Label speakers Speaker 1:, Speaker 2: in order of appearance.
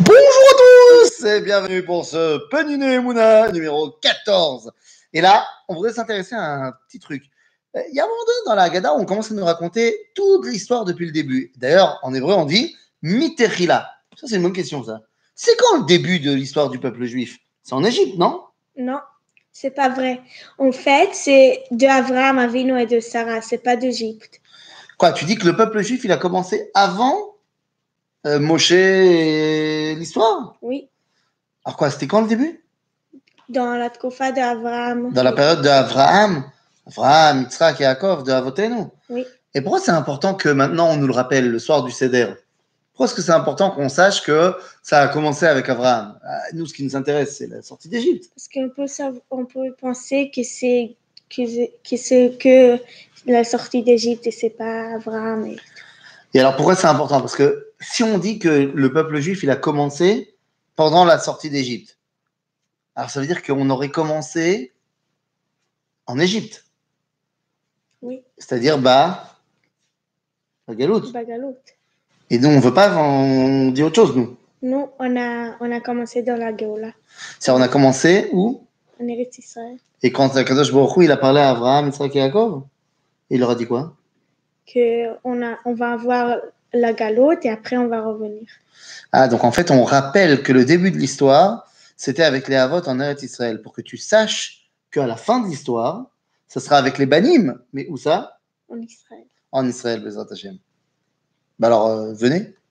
Speaker 1: Bonjour à tous et bienvenue pour ce Panine Mouna numéro 14. Et là, on voudrait s'intéresser à un petit truc. Euh, Il y a un moment donné dans la Haggadah, on commence à nous raconter toute l'histoire depuis le début. D'ailleurs, en hébreu, on dit Miterila. Ça, c'est une bonne question, ça. C'est quand le début de l'histoire du peuple juif C'est en Égypte, non
Speaker 2: Non, c'est pas vrai. En fait, c'est de Abraham Avinu et de Sarah, c'est pas d'Égypte.
Speaker 1: Quoi, tu dis que le peuple juif, il a commencé avant euh, Moshe et l'histoire
Speaker 2: Oui,
Speaker 1: Alors quoi, c'était quand le début
Speaker 2: dans la Tkofa d'Abraham.
Speaker 1: dans la période d'Abraham, Abraham, Yitzhak, Yaakov, de Avotenu.
Speaker 2: Oui.
Speaker 1: Et pourquoi c'est important que maintenant on nous le rappelle le soir du Seder Pourquoi est-ce que c'est important qu'on sache que ça a commencé avec Abraham Ah, Nous, ce qui nous intéresse, c'est la sortie d'Égypte.
Speaker 2: Parce qu'on peut, sav- on peut penser que c'est que, que c'est que la sortie d'Égypte et c'est pas Abraham. et-
Speaker 1: Et alors pourquoi c'est important Parce que si on dit que le peuple juif, il a commencé pendant la sortie d'Égypte, alors ça veut dire qu'on aurait commencé en Égypte.
Speaker 2: Oui,
Speaker 1: C'est-à-dire, bah, la galoute.
Speaker 2: Bagalout.
Speaker 1: Et nous, on veut pas, on dit autre chose, nous.
Speaker 2: Nous, on a, on a commencé dans la Géoula,
Speaker 1: C'est-à-dire, on a commencé où
Speaker 2: en Eretz Israël,
Speaker 1: Et quand Kadosh Baruch Hu, il a parlé à Abraham, Isaac et Jacob, il leur a dit quoi
Speaker 2: que on, a, on va avoir la Galoute et après on va revenir.
Speaker 1: Ah, donc en fait, on rappelle que le début de l'histoire, c'était avec les Havot en Eretz Israël, pour que tu saches qu'à la fin de l'histoire, ce sera avec les Banim. Mais où ça
Speaker 2: En Israël.
Speaker 1: En Israël, Bezrat Hashem. Bah alors, euh, venez.